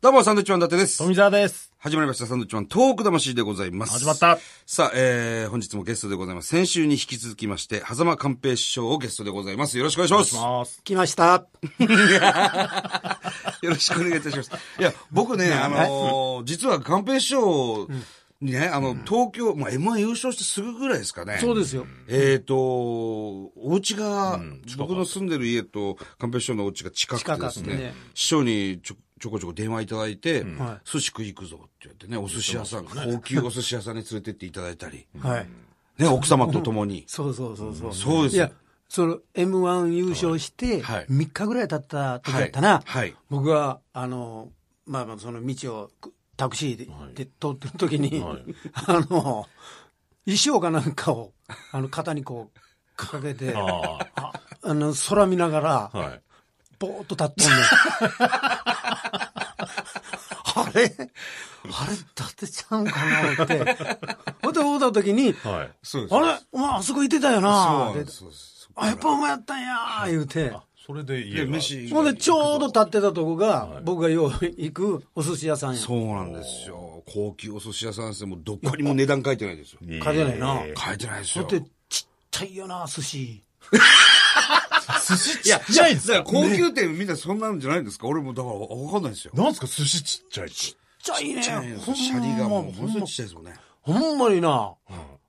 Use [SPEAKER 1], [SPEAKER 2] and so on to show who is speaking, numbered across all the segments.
[SPEAKER 1] どうも、サンドウィッチマン伊達です。
[SPEAKER 2] 富澤です。
[SPEAKER 1] 始まりました、サンドウィッチマン、トーク魂でございます。
[SPEAKER 2] 始まった。
[SPEAKER 1] さあ、えー、本日もゲストでございます。先週に引き続きまして、狭間寛平師匠をゲストでございます。よろしくお願いします。
[SPEAKER 2] ます。
[SPEAKER 3] 来ました。
[SPEAKER 1] よろしくお願いいたします。いや、僕ね、あのー実は寛平師匠にね、あの、東京、まあ、M1 優勝してすぐぐらいですかね。
[SPEAKER 3] そうですよ。
[SPEAKER 1] えっ、と、お家が、僕の住んでる家と、寛平師匠のお家が近くてですね、
[SPEAKER 3] 近かったね
[SPEAKER 1] 師匠にちょちょこちょこ電話いただいて、
[SPEAKER 3] は
[SPEAKER 1] 寿司食い行くぞって言ってね、お寿司屋さん、高級お寿司屋さんに連れてっていただいたり、
[SPEAKER 3] はい。
[SPEAKER 1] ね、奥様と共に。
[SPEAKER 3] そうそうそうそう。
[SPEAKER 1] そうです
[SPEAKER 3] いや、その M1 優勝して、
[SPEAKER 1] はい
[SPEAKER 3] 3日ぐらい経った時だったな。
[SPEAKER 1] はいはい
[SPEAKER 3] 僕は、あの、まあまあ、その道をくタクシーで,、で通ってる時に、 あの、衣装かなんかを、あの、肩にこう、かけて、あ
[SPEAKER 2] あ
[SPEAKER 3] あの、空見ながら、
[SPEAKER 2] あ、はい。
[SPEAKER 3] ぼーっと立っとん ねん。あれあれ、伊達ちゃんかなって。ほんで、会うた時に、
[SPEAKER 2] はい。
[SPEAKER 1] そうです。
[SPEAKER 3] あれお前、あそこいてたよな
[SPEAKER 1] そうなん
[SPEAKER 3] で
[SPEAKER 1] ですそうです。
[SPEAKER 3] あ、やっぱお前やったんや言うて。
[SPEAKER 2] それで
[SPEAKER 1] で
[SPEAKER 2] 家が。
[SPEAKER 1] 飯
[SPEAKER 3] ほんで、ちょうど立ってたとこが、僕がよう行くお寿司屋さんや。
[SPEAKER 1] そうなんですよ。高級お寿司屋さんですよ。もうどこにも値段書いてないですよ。
[SPEAKER 2] えー
[SPEAKER 3] 書いてないな
[SPEAKER 1] 書いてないです
[SPEAKER 3] ほ
[SPEAKER 1] よ
[SPEAKER 3] ん。で、ちっちゃいよな 寿司。
[SPEAKER 2] 寿司
[SPEAKER 1] い
[SPEAKER 2] ちっちゃいんです
[SPEAKER 1] だから
[SPEAKER 2] か
[SPEAKER 1] 高級店みんなそんなんじゃないんですか俺もだからわかんないですよ。
[SPEAKER 2] なんですか寿司ちっちゃいって。
[SPEAKER 3] ちっちゃいね。ほんま
[SPEAKER 1] シャリがもう本当にちっちゃいですもんね。
[SPEAKER 3] ほんまにな。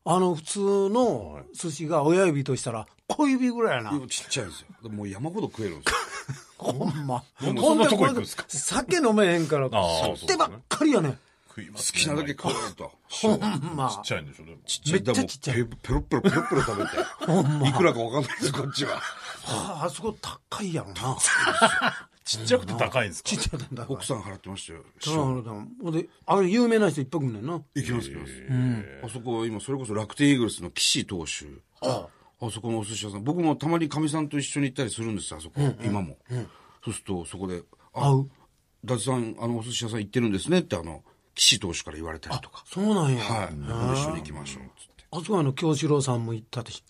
[SPEAKER 3] あの、普通の寿司が親指としたら、小指ぐらいやな。
[SPEAKER 1] ちっちゃいんですよ。でももう山ほど食えるんですよ。
[SPEAKER 3] ほんま。
[SPEAKER 2] んま
[SPEAKER 3] ほで
[SPEAKER 2] そんなとこ行くんですか
[SPEAKER 3] これ酒飲めへんから、
[SPEAKER 2] あー
[SPEAKER 3] 吸ってばっかりやね。
[SPEAKER 2] 食いま
[SPEAKER 1] 好
[SPEAKER 2] すね
[SPEAKER 1] きなだけ食えると。
[SPEAKER 3] ほんま
[SPEAKER 2] ちっ。ちゃいんでしょ、でも。
[SPEAKER 1] ちっちゃい。
[SPEAKER 3] めっちゃちっちゃい
[SPEAKER 1] だからもうペロペロペロペロ食 べて。いくらかわかんないです、こっちは。
[SPEAKER 3] はああそこ高いやろな。
[SPEAKER 2] ちっちゃくて高いんですか
[SPEAKER 3] ちっちゃいんだから
[SPEAKER 1] 奥。さん払ってましたよ。
[SPEAKER 3] そうなのだもんほんで、あれ有名な人いっぱい来るねんな。
[SPEAKER 1] 行きます、行きます。あそこは今、それこそ楽天イーグルスの岸投手。あそこのお寿司屋さん。僕もたまにかみさんと一緒に行ったりするんですよ、あそこ。今も。そうすると、そこで、あ、
[SPEAKER 3] 合う。
[SPEAKER 1] 伊達さん、あの、お寿司屋さん行ってるんですねって、あの、岸投手から言われたりとか。
[SPEAKER 3] そうなんや。
[SPEAKER 1] はい。
[SPEAKER 3] あ
[SPEAKER 1] 今度一緒に行きましょう、つって。
[SPEAKER 3] そこはあの、京志郎さんも行ったってし、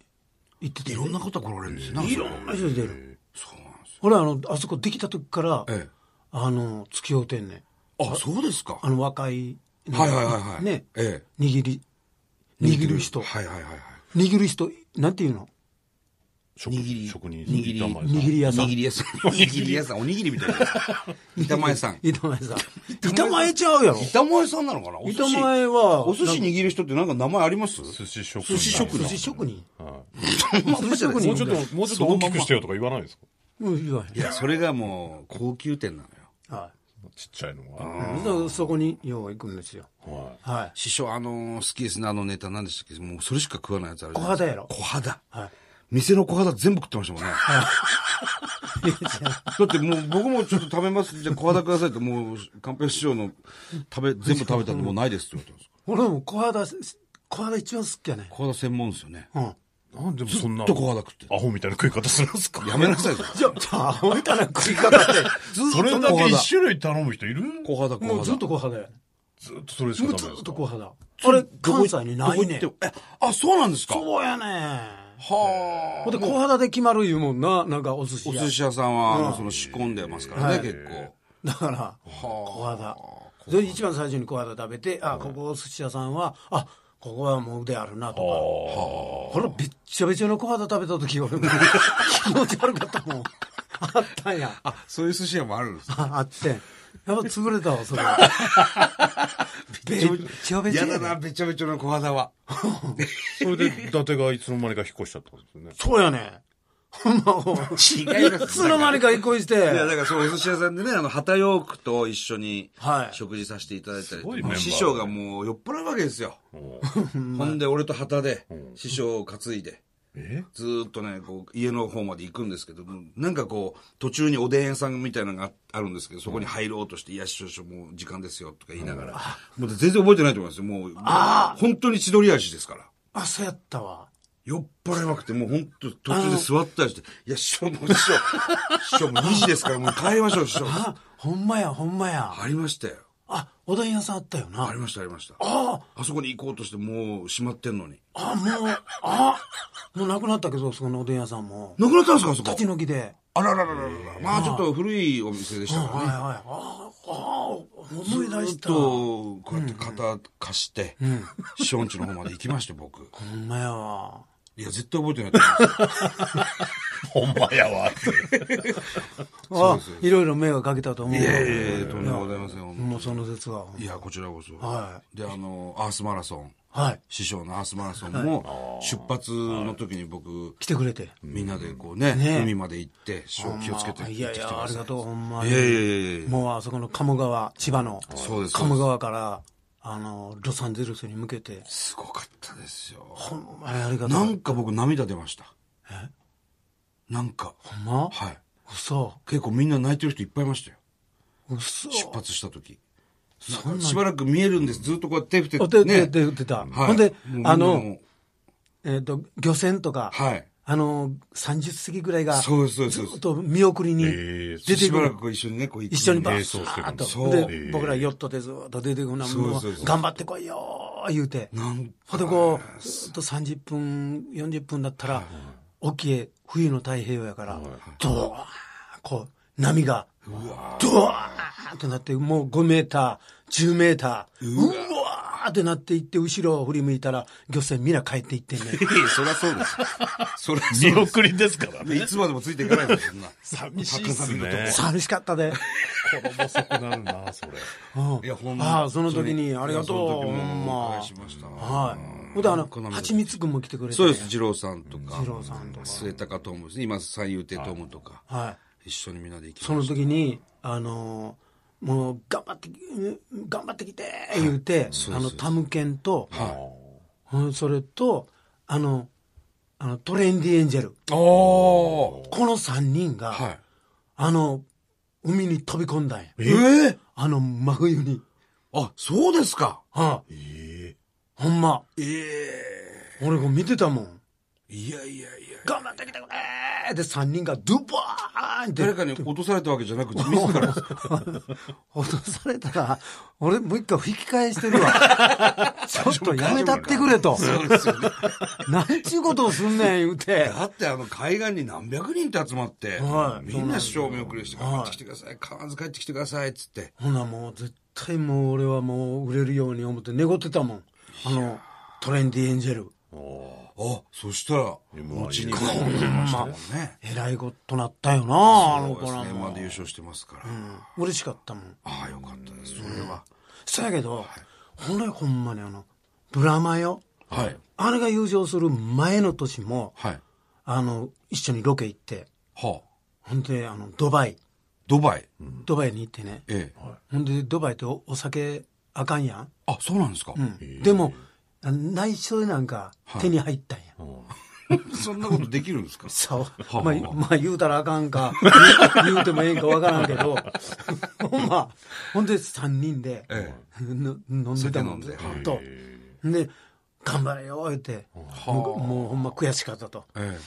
[SPEAKER 3] 行ってて。
[SPEAKER 1] いろんな方来られるんですよ。
[SPEAKER 3] いろんな人出る。
[SPEAKER 1] そうなんですよ。
[SPEAKER 3] 俺あの、あそこできた時から
[SPEAKER 1] ええ、
[SPEAKER 3] あの、付き合うてんねん。
[SPEAKER 1] あ、そうですか。
[SPEAKER 3] あの、若いね。
[SPEAKER 1] はいはいはいはい
[SPEAKER 3] ね。
[SPEAKER 1] え
[SPEAKER 3] 握り、握る人。
[SPEAKER 1] はいはいはいはい。
[SPEAKER 3] 握る人、なんていうの
[SPEAKER 2] 職人。職人。
[SPEAKER 1] 握り
[SPEAKER 2] 板前さん
[SPEAKER 3] 握り屋さん
[SPEAKER 1] 握。り屋さん。握り屋さん。おにぎりみたいな。板前さん。
[SPEAKER 3] 板前さん。板前ちゃうやろ。
[SPEAKER 1] 板前さんなのかなお寿司
[SPEAKER 3] 板前は
[SPEAKER 1] お寿司握る人ってなんか名前あります
[SPEAKER 2] 寿司職人。
[SPEAKER 1] 寿司職
[SPEAKER 3] 寿
[SPEAKER 1] 人。
[SPEAKER 3] 司職人。
[SPEAKER 1] 司職
[SPEAKER 2] もうちょっと、もうちょっと大きくしてよとか言わないですか
[SPEAKER 3] うん、言わ
[SPEAKER 1] いや、それがもう、高級店なのよ。
[SPEAKER 3] へん。はい。
[SPEAKER 2] ちっちゃいのが。
[SPEAKER 3] そそこによう行くんですよ。
[SPEAKER 2] は
[SPEAKER 3] はい。
[SPEAKER 1] 師匠、あのー、好きですね、あのネタ何でしたっけもうそれしか食わないやつあるじ
[SPEAKER 3] 小
[SPEAKER 1] ゃない
[SPEAKER 3] 肌やろ。
[SPEAKER 1] 小肌。
[SPEAKER 3] はい。
[SPEAKER 1] 店の小肌全部食ってましたもんね。だってもう僕もちょっと食べます。じゃあ小肌くださいって、もう、寛平師匠の食べ、全部食べたのもうないですって言われたんです
[SPEAKER 3] 俺も小肌、小肌一番好きやね。
[SPEAKER 1] 小肌専門ですよね。
[SPEAKER 3] うん。
[SPEAKER 2] い。なんでもそんな。
[SPEAKER 1] ずっと小肌食ってる
[SPEAKER 2] アホみたいな食い方するんですか
[SPEAKER 1] やめなさいよ。
[SPEAKER 3] じゃあ、じゃあ、ほいたな食い方って、ず
[SPEAKER 2] それ
[SPEAKER 3] っ
[SPEAKER 2] だけ
[SPEAKER 1] 小肌
[SPEAKER 2] 一種類頼む人いる
[SPEAKER 1] 小肌、小肌。
[SPEAKER 3] と、もうずっと小肌やね。
[SPEAKER 2] ずっとそれしか
[SPEAKER 3] も
[SPEAKER 2] 食
[SPEAKER 3] うず
[SPEAKER 2] べないんで
[SPEAKER 3] っ
[SPEAKER 2] す
[SPEAKER 3] と
[SPEAKER 2] か
[SPEAKER 3] 小肌。あれ、関西にないね
[SPEAKER 1] ど。こ行ってもえ、あ、そうなんですか
[SPEAKER 3] そうやね。
[SPEAKER 1] は
[SPEAKER 3] ほんで、小肌で決まるいうもんな、なんかお寿司
[SPEAKER 1] お
[SPEAKER 3] 屋。
[SPEAKER 1] 寿司屋さんは、あの、その仕込んでますからね、結構。
[SPEAKER 3] だから、小肌。それで一番最初に小肌食べて、あ、ここお寿司屋さんは、あ、ここはもう腕あるなとか。ほら、べっちゃべちゃの小肌食べた時、俺も 気持ち悪かったもん。あったんや。
[SPEAKER 1] あ、そういう寿司屋もあるんです
[SPEAKER 3] ああって。やっぱ潰れた わ、それは。べっちゃべちゃ
[SPEAKER 1] や
[SPEAKER 3] や
[SPEAKER 1] だな、
[SPEAKER 3] ね。
[SPEAKER 1] べちゃべちゃの小肌は。
[SPEAKER 2] それで、伊達がいつの間にか引っ越しちゃったんです よね。
[SPEAKER 3] そうやね。ほんま、も
[SPEAKER 1] 違い
[SPEAKER 3] う。
[SPEAKER 1] ます
[SPEAKER 3] いつの間にか一個して。
[SPEAKER 1] いや、だからそう、お寿司屋さんでね、あの、旗ヨークと一緒に
[SPEAKER 3] は、い
[SPEAKER 1] 食事させていただいたりと
[SPEAKER 2] ごい
[SPEAKER 1] か、
[SPEAKER 2] メンバー
[SPEAKER 1] 師匠がもう酔っ払うわけですよ。ほんで、俺と旗で、師匠を担いで、
[SPEAKER 2] え
[SPEAKER 1] ずーっとね、こう、家の方まで行くんですけど、もうなんかこう、途中におでん屋さんみたいなのがああるんですけど、そこに入ろうとして、いや、師匠、もう時間ですよ、とか言いながら、もう全然覚えてないと思いますよ。もう、本当に千鳥味ですから。
[SPEAKER 3] あ、そうやったわ。
[SPEAKER 1] 酔っ払いまくって、もう本当途中で座ったりして、いや、師匠、もう師匠、師匠もう2時ですから、もう帰りましょう、師匠。
[SPEAKER 3] あ、ほんまや、ほんまや。
[SPEAKER 1] ありましたよ。
[SPEAKER 3] あ、おでん屋さんあったよ
[SPEAKER 1] あ
[SPEAKER 3] な
[SPEAKER 1] り。ました、ありました。
[SPEAKER 3] あ
[SPEAKER 1] あそこに行こうとして、もう閉まってんのに。
[SPEAKER 3] あ、もう、あもうなくなったけど、そこのおでん屋さんも。
[SPEAKER 1] なくなったんですか、あそこ。
[SPEAKER 3] 立ち退きで。
[SPEAKER 1] あらららららら。まあ、ちょっと古いお店でし
[SPEAKER 3] は
[SPEAKER 1] たか
[SPEAKER 3] いはい
[SPEAKER 1] らね。。
[SPEAKER 3] ああ、ああ、思い出した
[SPEAKER 1] ずっと、こうやって肩貸して、ションチの方まで行きまして、僕。
[SPEAKER 3] ほんまやわ
[SPEAKER 1] いや、絶対覚えてないと思います
[SPEAKER 2] ほんまやわって。
[SPEAKER 3] あいろいろ迷惑かけたと思う
[SPEAKER 1] いやいやいや、とんでもございませんほん
[SPEAKER 3] も
[SPEAKER 1] ま
[SPEAKER 3] うその説は。
[SPEAKER 1] に。いや、こちらこそ。
[SPEAKER 3] は
[SPEAKER 1] で、あの、アースマラソン。
[SPEAKER 3] はい。
[SPEAKER 1] 師匠のアースマラソンも、出発の時に僕、
[SPEAKER 3] 来てくれて。
[SPEAKER 1] みんなでこうね、
[SPEAKER 3] ね
[SPEAKER 1] 海まで行って、師匠気をつけて行って
[SPEAKER 3] い
[SPEAKER 1] きて
[SPEAKER 3] や
[SPEAKER 1] く
[SPEAKER 3] い
[SPEAKER 1] ださ
[SPEAKER 3] や、ありがとう、ほんま
[SPEAKER 1] い
[SPEAKER 3] に。
[SPEAKER 1] やいやいやいや
[SPEAKER 3] もうあそこの鴨川、千葉の。
[SPEAKER 1] そうです
[SPEAKER 3] 鴨川から、あの、ロサンゼルスに向けて。
[SPEAKER 1] すごかったですよ。
[SPEAKER 3] ほんまにありがとう。
[SPEAKER 1] なんか僕涙出ました。なんか。
[SPEAKER 3] ほんま
[SPEAKER 1] はい。
[SPEAKER 3] 嘘。
[SPEAKER 1] 結構みんな泣いてる人いっぱいいましたよ。
[SPEAKER 3] 嘘。
[SPEAKER 1] 出発した時。なんかしばらく見えるんです。ずっとこうやって手振って
[SPEAKER 3] で、
[SPEAKER 1] ね。
[SPEAKER 3] で、で、売ってた。
[SPEAKER 1] はい
[SPEAKER 3] ほんで
[SPEAKER 1] もうみ、んな
[SPEAKER 3] あ
[SPEAKER 1] も
[SPEAKER 3] の
[SPEAKER 1] う、
[SPEAKER 3] えっと、漁船とか、
[SPEAKER 1] はい。
[SPEAKER 3] あの、30隻ぐらいが、
[SPEAKER 1] そうですそうですそうです
[SPEAKER 3] ずっと見送りに
[SPEAKER 2] え
[SPEAKER 3] 出
[SPEAKER 2] え
[SPEAKER 3] て
[SPEAKER 1] し
[SPEAKER 3] く
[SPEAKER 1] ばら
[SPEAKER 3] る
[SPEAKER 1] く。こう一緒にね、こう行く
[SPEAKER 3] 一緒にバ
[SPEAKER 2] 並
[SPEAKER 3] ー
[SPEAKER 2] 走してく
[SPEAKER 3] ッ
[SPEAKER 2] る
[SPEAKER 3] と、
[SPEAKER 1] そう
[SPEAKER 3] で僕らヨットでずっと出てくるのも
[SPEAKER 1] そう
[SPEAKER 3] う
[SPEAKER 1] そうそう
[SPEAKER 3] 頑張ってこいよー言うて
[SPEAKER 1] なんか
[SPEAKER 3] ほんでこうずっと30分40分だったら沖へ冬の太平洋やからドワーンこう波がドワーンとなってもう5メーター10メーターうわーってなっていって後ろを振り向いたら漁船みんな帰っていってんね
[SPEAKER 1] いやそりゃそうです。 そりゃそう
[SPEAKER 2] 見送りですから
[SPEAKER 1] で
[SPEAKER 2] ね。
[SPEAKER 1] いつまでもついていかないですよ、そんな。
[SPEAKER 2] 寂しいっすね。
[SPEAKER 3] 寂しかったで。
[SPEAKER 2] 子供遅くなるな、それ。
[SPEAKER 1] いや、ほん
[SPEAKER 3] ああその時にありがとう
[SPEAKER 1] その時
[SPEAKER 3] ほ
[SPEAKER 1] も
[SPEAKER 3] んま
[SPEAKER 1] お伺いしました。
[SPEAKER 3] はい。ほんで、あの、
[SPEAKER 1] 涙
[SPEAKER 3] はちみつくんも来てくれて。
[SPEAKER 1] そうです、二郎さんとか。
[SPEAKER 3] 二郎さんとか
[SPEAKER 1] 末高トムですね今、三遊亭トムとか。
[SPEAKER 3] はい。
[SPEAKER 1] 一緒にみんなで行きました
[SPEAKER 3] その時に、あのーもう、頑張って、うん頑張ってきて言うて、あの、タムケンと、うんそれと、あの、あの、トレンディエンジェル。
[SPEAKER 1] ああ。
[SPEAKER 3] この3人が、
[SPEAKER 1] はい。
[SPEAKER 3] あの、海に飛び込んだんや。
[SPEAKER 1] ええ
[SPEAKER 3] あの、真冬に。
[SPEAKER 1] あ、そうですか。
[SPEAKER 3] はあ、ほんま。
[SPEAKER 1] ええ
[SPEAKER 3] 俺こう見てたもん。
[SPEAKER 1] いやいやいや。
[SPEAKER 3] 頑張ってきてくれーで、3人がドゥバーンって。
[SPEAKER 1] 誰かに落とされたわけじゃなく、自 ら。
[SPEAKER 3] 落とされたら、俺もう一回引き返してるわ。 ちょっとやめたってくれと。
[SPEAKER 1] そうですよね。
[SPEAKER 3] なんちゅうことをすんねん言うて。
[SPEAKER 1] だってあの海岸に何百人って集まって、
[SPEAKER 3] はい
[SPEAKER 1] みんな師匠見送りして、
[SPEAKER 3] はい
[SPEAKER 1] 頑張ってきてください、必ず帰ってきてください、っつって。
[SPEAKER 3] ほなもう絶対もう俺はもう売れるように思って寝言ってたもん。あの、トレンディエンジェル。
[SPEAKER 1] あ、そしたら、後にこうなりましたもんね。
[SPEAKER 3] えらいことなったよな、あの子ら
[SPEAKER 1] そうですねま
[SPEAKER 3] も
[SPEAKER 1] で。優勝してますから。
[SPEAKER 3] 嬉しかったもん。
[SPEAKER 1] ああ、よかったです、それは。
[SPEAKER 3] そやけど、ほんまにほんまにあの、ブラマヨ。
[SPEAKER 1] はい。
[SPEAKER 3] あれが優勝する前の年も、
[SPEAKER 1] はい。
[SPEAKER 3] あの、一緒にロケ行って、
[SPEAKER 1] はあ。
[SPEAKER 3] ほんで、あの、ドバイ。
[SPEAKER 1] ドバイ。
[SPEAKER 3] ドバイに行ってね。
[SPEAKER 1] ええ。
[SPEAKER 3] ほんで、ドバイっておお酒あかんやん。
[SPEAKER 1] あ、そうなんですか。
[SPEAKER 3] でも、あ内緒でなんか手に入ったんや。
[SPEAKER 1] そんなことできるんですか
[SPEAKER 3] そう
[SPEAKER 1] はあ
[SPEAKER 3] まあ、まあ、言うたらあかんか、 言うてもええんかわからんけど、 ほんま、ほんで3人で、
[SPEAKER 1] え
[SPEAKER 3] ぬ飲んでたもん、ず
[SPEAKER 1] 酒
[SPEAKER 3] っ
[SPEAKER 1] 飲んで
[SPEAKER 3] と。で、頑張れよ、言って、もうもうほんま悔しかったと。
[SPEAKER 1] え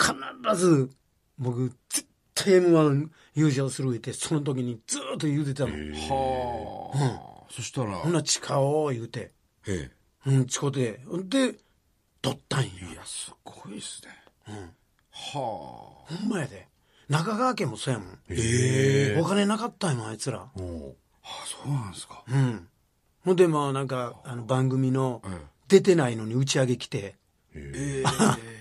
[SPEAKER 3] 必ず、僕、絶対 M1 優勝する言って、その時にずーっと言うてたの。
[SPEAKER 1] え。はあ。そしたら
[SPEAKER 3] ほ、な、誓おう、言うて。
[SPEAKER 1] ええ。
[SPEAKER 3] うん、誓って。で、取ったんや。
[SPEAKER 1] いや、すごいですね。はあ。
[SPEAKER 3] ほんまやで。中川家もそうやもん。
[SPEAKER 1] ええ。
[SPEAKER 3] お金なかったんやもん、あいつら。
[SPEAKER 1] あ、そうなんですか。
[SPEAKER 3] うん。ほんで、まあ、なんか、あの、番組の
[SPEAKER 1] ええ、
[SPEAKER 3] 出てないのに打ち上げ来て、
[SPEAKER 1] ええ。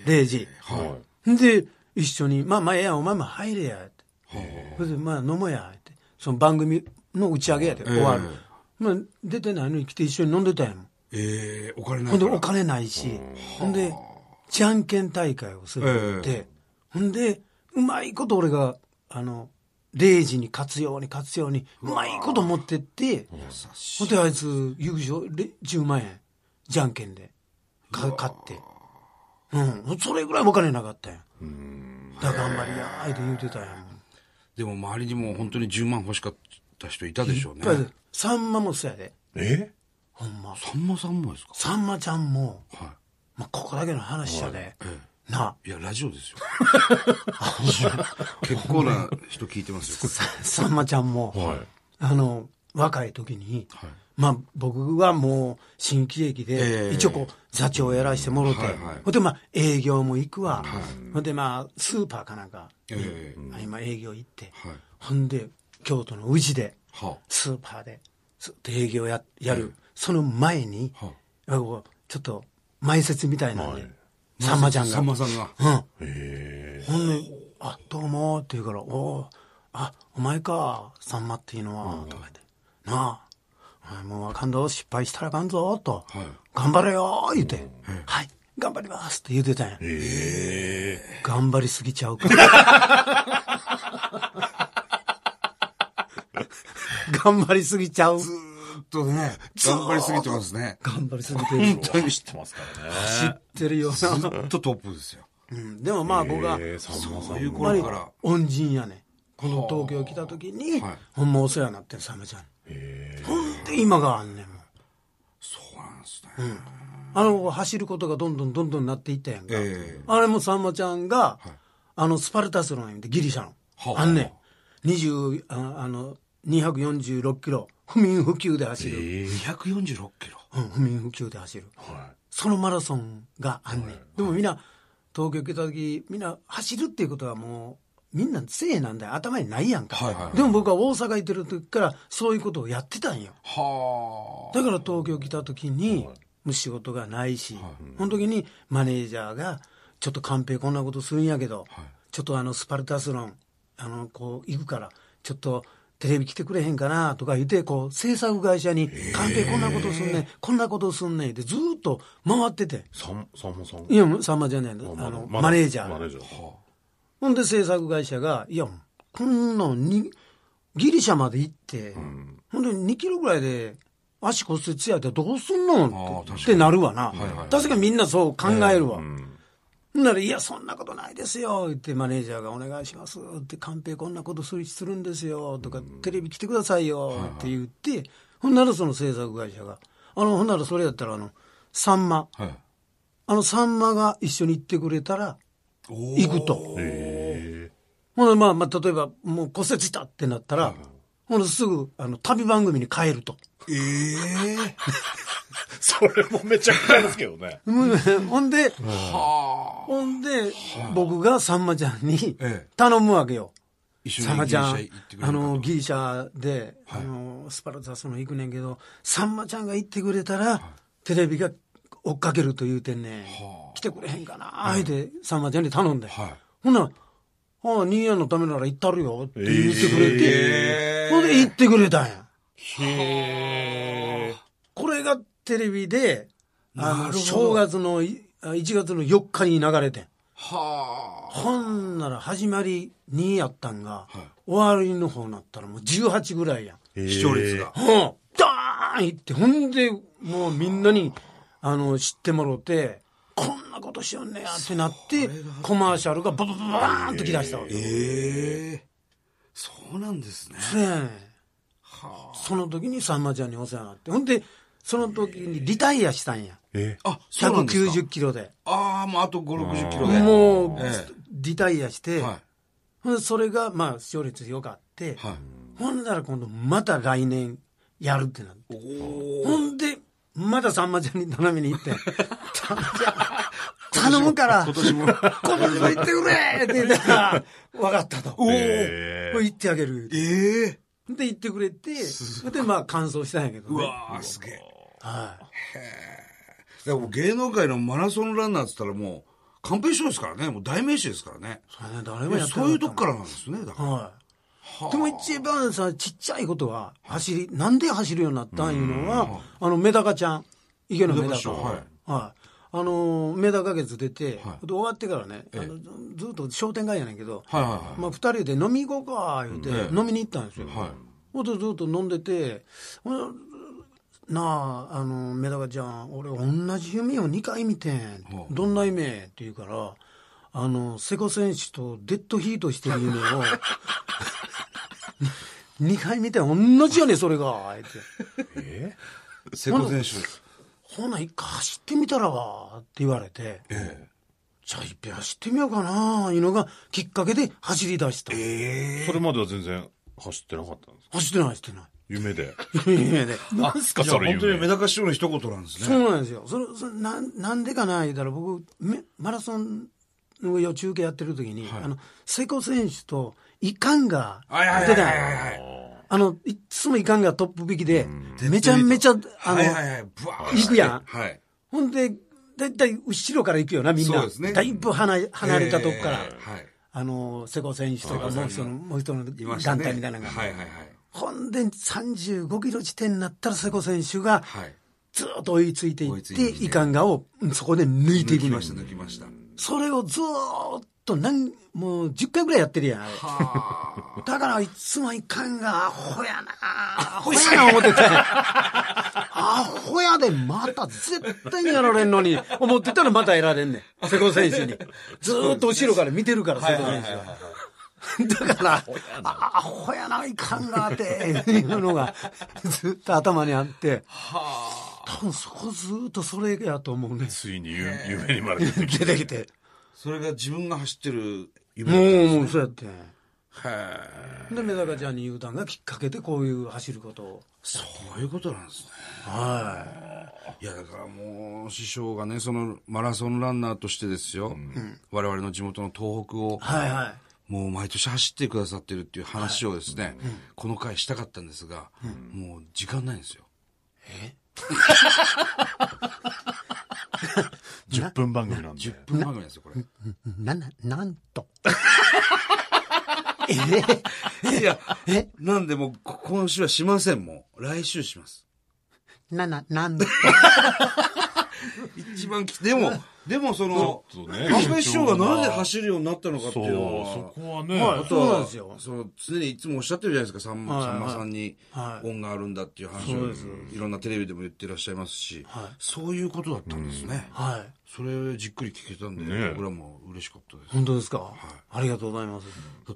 [SPEAKER 3] 0時。
[SPEAKER 1] は
[SPEAKER 3] で、一緒に、まあまあ、ええやん、お前も入れや、って。それで、まあ、飲もうや、って。その番組の打ち上げやで、終わる
[SPEAKER 1] え。
[SPEAKER 3] まあ、出てないのに来て一緒に飲んでたんやもん。
[SPEAKER 1] い。ええ、お金ない
[SPEAKER 3] ほん
[SPEAKER 1] か
[SPEAKER 3] で、
[SPEAKER 1] ら
[SPEAKER 3] お金ないし。ほんで、じゃんけん大会をするって。
[SPEAKER 1] え
[SPEAKER 3] ほんで、うまいこと俺が、あの、0時に勝つように勝つように、うまいこと持ってって、ほんであいつ優勝で10万円、じゃんけんで、か買って。うん。それぐらいお金なかったんや。だから頑張りやーいって言うてたんやもん。
[SPEAKER 1] でも周りにも本当に10万欲しかった人いたでしょうね。
[SPEAKER 3] だってさんまもそうやで。
[SPEAKER 2] え
[SPEAKER 3] ほんま。
[SPEAKER 1] さんまさんもですか
[SPEAKER 3] さんまちゃんも、
[SPEAKER 1] は
[SPEAKER 3] まあ、ここだけの話やで。
[SPEAKER 1] い。え
[SPEAKER 3] なあ。
[SPEAKER 1] え。いや、ラジオ ですよ。結構な人聞いてますよ。
[SPEAKER 3] ささんまちゃんも、
[SPEAKER 2] はい
[SPEAKER 3] あの若い時に、
[SPEAKER 1] はい
[SPEAKER 3] まあ僕はもう新喜劇で、
[SPEAKER 1] ええ
[SPEAKER 3] 一応こう座長をやらしてもろて、
[SPEAKER 1] はいはい
[SPEAKER 3] ほんでまあ営業も行くわ、ほんでまあスーパーかなんか、
[SPEAKER 1] ええ。
[SPEAKER 3] 今営業行って、
[SPEAKER 1] はい
[SPEAKER 3] ほんで京都の宇治で
[SPEAKER 1] はあ。
[SPEAKER 3] スーパーでそ営業ややる、その前に、あこうちょっと前説みたいなんで、さんまちゃんが。
[SPEAKER 1] さんまさんが。
[SPEAKER 3] うん。ほんで、あ、どうもって言うから、おお、あ、お前か、さんまっていうのは、とか言って、なあ、はいもうあかんぞ、失敗したらあかんぞ、と、頑張れよ、言うて、はい、頑張りますって言うてたんや。頑張りすぎち ゃうから。頑張りすぎちゃう。
[SPEAKER 1] ずーっとね、頑張りすぎてますね。
[SPEAKER 3] 頑張りすぎてる。
[SPEAKER 2] 本当に知ってますからね。
[SPEAKER 3] 知ってるよ
[SPEAKER 1] ず
[SPEAKER 3] な。
[SPEAKER 1] っとトップですよ。
[SPEAKER 3] うん、でもまあ僕が、
[SPEAKER 2] えー、さんまさ。
[SPEAKER 1] そうんいう
[SPEAKER 3] ほんま
[SPEAKER 1] 頃
[SPEAKER 3] に
[SPEAKER 1] から。
[SPEAKER 3] 恩人やねんこの東京来た時に、
[SPEAKER 1] はい
[SPEAKER 3] ほんまお世話になってんサメちゃんほんで今があんねんもん
[SPEAKER 1] そうなんですね。
[SPEAKER 3] あの子走ることがどんどんどんどんなっていったやんか、
[SPEAKER 1] ええ
[SPEAKER 3] あれもさんまちゃんが、あのスパルタスロンやんてギリシャの、
[SPEAKER 1] はあ
[SPEAKER 3] あんねん20ああの246キロ不眠不休で走る、
[SPEAKER 1] 246キロ。
[SPEAKER 3] うん、不眠不休で走る、そのマラソンがあんねん、でもみんな東京行った時みんな走るっていうことはもうみんなせいなんだよ頭にないやんか、
[SPEAKER 1] はいはいはい
[SPEAKER 3] でも僕は大阪行ってる時からそういうことをやってたんよ
[SPEAKER 1] は
[SPEAKER 3] だから東京来た時にもう仕事がないし、その時にマネージャーが「ちょっと寛平こんなことするんやけど、ちょっとあのスパルタスロンあのこう行くからちょっと。テレビ来てくれへんかなとか言って、こう、制作会社に、寛平こんなことすんねん、こんなことすんねんってずーっと回ってて。
[SPEAKER 2] さんさんまさん。
[SPEAKER 3] いや、さんまじゃないの、あの、マネージャ
[SPEAKER 2] マネー
[SPEAKER 3] ー。
[SPEAKER 2] ジャー。
[SPEAKER 3] ほんで制作会社が、いや、こんなのに、ギリシャまで行って、ほんで2キロぐらいで足骨折やってどうすんのってってなるわな、確かにみんなそう考えるわ。ほんなら、いや、そんなことないですよ、言ってマネージャーがお願いしますって、寛平こんなことするするんですよ、とか、テレビ来てくださいよ、って言って、ほんならその制作会社が、あの、ほんならそれやったら、あの、さんま、
[SPEAKER 1] あ。はい。
[SPEAKER 3] あの、さんまが一緒に行ってくれたら、
[SPEAKER 1] お
[SPEAKER 3] 行くと。ほんで、まあ、まあ、例えば、もう骨折したってなったら、ほんですぐ、あの、旅番組に帰ると。
[SPEAKER 1] ええ
[SPEAKER 2] それもめちゃくちゃですけどね。
[SPEAKER 3] ほんで、ほんで、僕がさんまちゃんに
[SPEAKER 1] ええ
[SPEAKER 3] 頼むわけよ。
[SPEAKER 1] 一緒
[SPEAKER 3] さん
[SPEAKER 1] に
[SPEAKER 3] ま
[SPEAKER 1] ギリシ
[SPEAKER 3] ちゃ
[SPEAKER 1] ャ
[SPEAKER 3] ん
[SPEAKER 1] 行ってくれるかと。
[SPEAKER 3] あの、ギリシャで、あの、スパルタスの行くねんけど、さんまちゃんが行ってくれたら、テレビが追っかけると言うてんねん。来てくれへんかな、あえて、さんまちゃんに頼んで。
[SPEAKER 1] はい
[SPEAKER 3] ほんなら、ああ、兄やんのためなら行ったるよって言ってくれ
[SPEAKER 1] へ
[SPEAKER 3] て、ほんで行ってくれたんや。
[SPEAKER 2] へえ。
[SPEAKER 3] これがテレビで、あ
[SPEAKER 1] な
[SPEAKER 3] の、
[SPEAKER 1] るほど
[SPEAKER 3] 正月のい、あ1月の4日に流れてん。
[SPEAKER 1] はあ。
[SPEAKER 3] ほんなら始まり2やったんが、終わりの方になったらもう18ぐらいやん。
[SPEAKER 1] 視聴率が。
[SPEAKER 3] うん、ドーン行って、ほんで、もうみんなに、あの、知ってもろて、こんなことしよんねやってなって、コマーシャルがババババーンと来だしたわけ。
[SPEAKER 1] ええそうなんですね。
[SPEAKER 3] そうやねんその時にさんまちゃんにお世話になって。ほんで、その時にリタイアしたんや。
[SPEAKER 2] え
[SPEAKER 1] あ、そうなんですか。
[SPEAKER 3] 190キロで。
[SPEAKER 1] ああ、もうあと5、60キロで。
[SPEAKER 3] もう
[SPEAKER 1] ええ、
[SPEAKER 3] リタイアして、
[SPEAKER 1] は
[SPEAKER 3] ほんでそれが、まあ、視聴率良かって、
[SPEAKER 1] い。はい。
[SPEAKER 3] ほんなら今度また来年やるってなって。
[SPEAKER 1] お
[SPEAKER 3] ほんで、まださんまちゃんに頼みに行って、 さんまちゃん頼むから、今年も、今年も行ってくれって言ったら、分かったと。お
[SPEAKER 2] へー
[SPEAKER 3] 行ってあげる。
[SPEAKER 1] ええ
[SPEAKER 3] で、行ってくれて、で、まあ、完走したんやけど
[SPEAKER 1] う
[SPEAKER 3] ね。
[SPEAKER 1] わあ、すげえ。
[SPEAKER 3] はい。
[SPEAKER 1] でもう芸能界のマラソンランナーっつったらもう、完璧賞ですからね。もう代名詞ですからね。
[SPEAKER 3] それね誰もやってな。
[SPEAKER 1] そういうとこかららなんですね。だから。
[SPEAKER 3] はい。でも一番さ、ちっちゃいことは、走り、なんで走るようになったんいうのは、あの、メダカちゃん、池野メダ
[SPEAKER 1] メダカちゃ
[SPEAKER 3] カ。
[SPEAKER 1] んはい
[SPEAKER 3] はい。あのー、メダカ月出て、で終わってからね、あのずずっと商店街やねんけど、
[SPEAKER 1] はいはいはい
[SPEAKER 3] まあ、二人で飲み行こうか、言うて、飲みに行ったんですよ。
[SPEAKER 1] はい
[SPEAKER 3] ほんとずっと飲んでて、ほんなあ、あの、メダカちゃん、俺同じ夢を2回見てん。どんな夢って言うから、あの、瀬古選手とデッドヒートしてる夢を、2回見てん同じやねんそれが、言うて。
[SPEAKER 1] 瀬古選手。
[SPEAKER 3] ほな、一回走ってみたらわ、って言われて、じゃあ一遍走ってみようかな、いうのがきっかけで走り出した。
[SPEAKER 2] それまでは全然走ってなかったんですか
[SPEAKER 3] 走ってない、走ってない。
[SPEAKER 2] 夢で。
[SPEAKER 3] 夢で。
[SPEAKER 2] 何すか
[SPEAKER 1] いや、
[SPEAKER 2] それ
[SPEAKER 1] 本当にメ
[SPEAKER 2] 夢。
[SPEAKER 1] ダカ師匠の一言なんです
[SPEAKER 3] そ
[SPEAKER 1] ね。
[SPEAKER 3] うなんですよ。それ、それなん、なんでかな、言うたら僕、めマラソンの上を中継やってる時に、あの、瀬古選手とイカンが
[SPEAKER 1] はいはい
[SPEAKER 3] 出
[SPEAKER 1] はい
[SPEAKER 3] たん
[SPEAKER 1] はい
[SPEAKER 3] や
[SPEAKER 1] はい。
[SPEAKER 3] あの、いっつもいかんがトップ引きで、めちゃめちゃ、あ
[SPEAKER 1] はいはいは
[SPEAKER 3] の、
[SPEAKER 1] い。ブワー
[SPEAKER 3] 行くやん。
[SPEAKER 1] はい。
[SPEAKER 3] ほんで、だいたい後ろから行くよな、みん
[SPEAKER 1] そう
[SPEAKER 3] な。
[SPEAKER 1] ですね
[SPEAKER 3] だいぶ離れ離れたとこから。
[SPEAKER 1] えーはい。
[SPEAKER 3] あの、瀬古選手とか、もう一人の、もう一人の
[SPEAKER 1] いました
[SPEAKER 3] 団
[SPEAKER 1] ね。
[SPEAKER 3] 体みたいなのが。
[SPEAKER 1] はいはいはい。
[SPEAKER 3] ほんで、35キロ地点になったら瀬古選手が、
[SPEAKER 1] はい。
[SPEAKER 3] ずーっと追いついてい
[SPEAKER 1] 追い
[SPEAKER 3] っ
[SPEAKER 1] つ
[SPEAKER 3] て、
[SPEAKER 1] いていって
[SPEAKER 3] いかんがを、うんそこで抜いてい
[SPEAKER 1] 抜
[SPEAKER 3] く
[SPEAKER 1] き
[SPEAKER 3] の
[SPEAKER 1] ました、抜きました。
[SPEAKER 3] それをずーっと、なん、もう10回ぐらいやってるやん、あれ。
[SPEAKER 1] は
[SPEAKER 3] だからいつもいかんが、アホやなアホやな思ってた。アホやで、また絶対にやられんのに、思ってたらまたやられんねん。瀬古選手に。ずーっと後ろから見てるから、瀬古選手は。だから、あアホやな、いかんがって、いうのが、ずっと頭にあって。多分そこずーっとそれやと思うね。
[SPEAKER 2] ついにゆ夢にまで出てき
[SPEAKER 3] 出てきて。
[SPEAKER 1] それが自分が走ってる夢だったん
[SPEAKER 3] も
[SPEAKER 1] で
[SPEAKER 3] う、
[SPEAKER 1] すね
[SPEAKER 3] もう、そうやって。
[SPEAKER 1] へえ。
[SPEAKER 3] で、メダカちゃんに言うたんがきっかけでこういう走ることを。
[SPEAKER 1] そういうことなんですね。
[SPEAKER 3] はい。
[SPEAKER 1] いや、だからもう、師匠がね、そのマラソンランナーとしてですよ。我々の地元の東北を、
[SPEAKER 3] はいはい。
[SPEAKER 1] もう毎年走ってくださってるっていう話をですね、この回したかったんですが、もう時間ないんですよ。
[SPEAKER 2] 10分番組なんで
[SPEAKER 1] 10分番組なんですよ、これ。
[SPEAKER 3] な、な、なん と。
[SPEAKER 1] いや、
[SPEAKER 3] え
[SPEAKER 1] なんでもう、こ今週はしません、もう。来週します。
[SPEAKER 3] な、な、なんと。
[SPEAKER 1] 一番き、でも、でもその、
[SPEAKER 2] ちょっとね
[SPEAKER 1] 安倍師匠がなぜ走るようになったのかって
[SPEAKER 2] そう
[SPEAKER 1] いうのは、
[SPEAKER 2] そこはね、
[SPEAKER 3] はい
[SPEAKER 1] あと
[SPEAKER 3] そうなん
[SPEAKER 1] は
[SPEAKER 3] ですよ
[SPEAKER 1] その常にいつもおっしゃってるじゃないですか、さん,、
[SPEAKER 3] はい
[SPEAKER 1] さんまさんに
[SPEAKER 3] はい
[SPEAKER 1] 恩があるんだっていう話
[SPEAKER 3] そ
[SPEAKER 1] を、
[SPEAKER 3] う
[SPEAKER 1] い
[SPEAKER 3] です、
[SPEAKER 1] ろんなテレビでも言ってらっしゃいますし、
[SPEAKER 3] はい
[SPEAKER 1] そういうことだったんですね。
[SPEAKER 3] はい。
[SPEAKER 1] それじっくり聞けたんで、
[SPEAKER 2] ね
[SPEAKER 1] 僕らも嬉しかったです。
[SPEAKER 3] 本当ですか、ありがとうございます。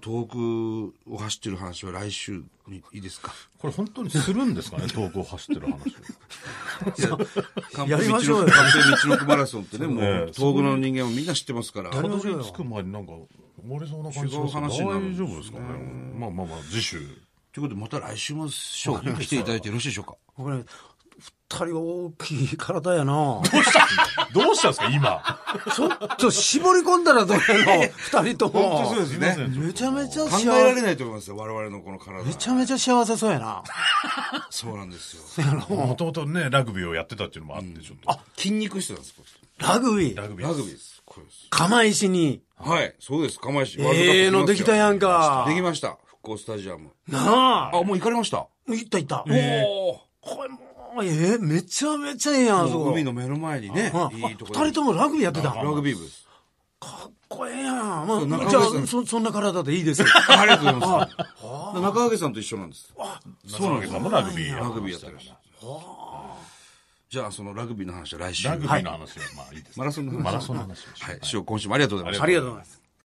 [SPEAKER 1] 東北を走ってる話は来週にいいです か
[SPEAKER 2] これ本当にするんですかね、東北を走ってる 話を。
[SPEAKER 1] 完
[SPEAKER 3] やりましょうよ
[SPEAKER 1] 道のくマラソン ってね、もう、東北の人間はみんな知ってますから。
[SPEAKER 2] たど
[SPEAKER 3] ましょうよ
[SPEAKER 2] り着く前になんか、生まれそうな感じ
[SPEAKER 1] 違う
[SPEAKER 2] がする
[SPEAKER 1] 話になるんです
[SPEAKER 2] 大丈
[SPEAKER 1] ね
[SPEAKER 2] 夫ですかね。まあまあまあ、次週。
[SPEAKER 1] ということで、また来週も師匠来ていただいてよろしいでしょうか。
[SPEAKER 3] 僕ね、二人大きい体やな
[SPEAKER 2] どうしたんですか、今。
[SPEAKER 3] ちょっと絞り込んだらどうやの 二人とも。
[SPEAKER 1] そうですね。
[SPEAKER 3] めちゃめちゃ
[SPEAKER 1] 考
[SPEAKER 3] 幸
[SPEAKER 1] えられ
[SPEAKER 3] せ。
[SPEAKER 1] ないと思いますよ、我々のこの体。
[SPEAKER 3] めちゃめちゃ幸せそうやな。
[SPEAKER 1] そうなん ですよ。
[SPEAKER 2] もともとね、ラグビーをやってたっていうのもあって、ちょっと。
[SPEAKER 1] 筋肉質なんです、これ
[SPEAKER 3] ラグビ
[SPEAKER 2] ラ
[SPEAKER 3] ー、
[SPEAKER 2] グビー
[SPEAKER 1] ラ
[SPEAKER 2] です。
[SPEAKER 1] グビーです。これです。
[SPEAKER 3] 釜石に、
[SPEAKER 1] はい、そうです、釜石。ワールドカップ
[SPEAKER 3] ええのできたやんか
[SPEAKER 1] で。きました、復興スタジアム。
[SPEAKER 3] なあ。
[SPEAKER 1] あ、もう行かれました。
[SPEAKER 3] 行った行った。
[SPEAKER 1] おお。
[SPEAKER 3] これもう、ええめちゃめちゃええやん、あそこ。
[SPEAKER 1] 海の目の前にね
[SPEAKER 3] あ、
[SPEAKER 1] いいとこ
[SPEAKER 3] 二人ともラグビーやってた。
[SPEAKER 1] ラグビー部です。
[SPEAKER 3] かっこええやん。まあ、
[SPEAKER 1] 中
[SPEAKER 3] じゃ
[SPEAKER 1] 岡さん
[SPEAKER 3] あそ、そんな体でいいです。
[SPEAKER 1] ありがとうございます。中揚さんと一緒なんです。
[SPEAKER 2] そうなんですよ。ラグビーや
[SPEAKER 1] ラ
[SPEAKER 2] っ
[SPEAKER 1] グ
[SPEAKER 2] てま
[SPEAKER 1] ビーや
[SPEAKER 2] し
[SPEAKER 1] って
[SPEAKER 2] たか
[SPEAKER 1] ま
[SPEAKER 2] ら
[SPEAKER 1] した。じゃあ、そのラグビーの話は来週。
[SPEAKER 2] ラグビーの話はまあいいです。
[SPEAKER 1] マラソンの話。
[SPEAKER 2] マラソンの話をしましょ う
[SPEAKER 1] はい、師匠、今週もありがとうございました。
[SPEAKER 3] ありがとうございます。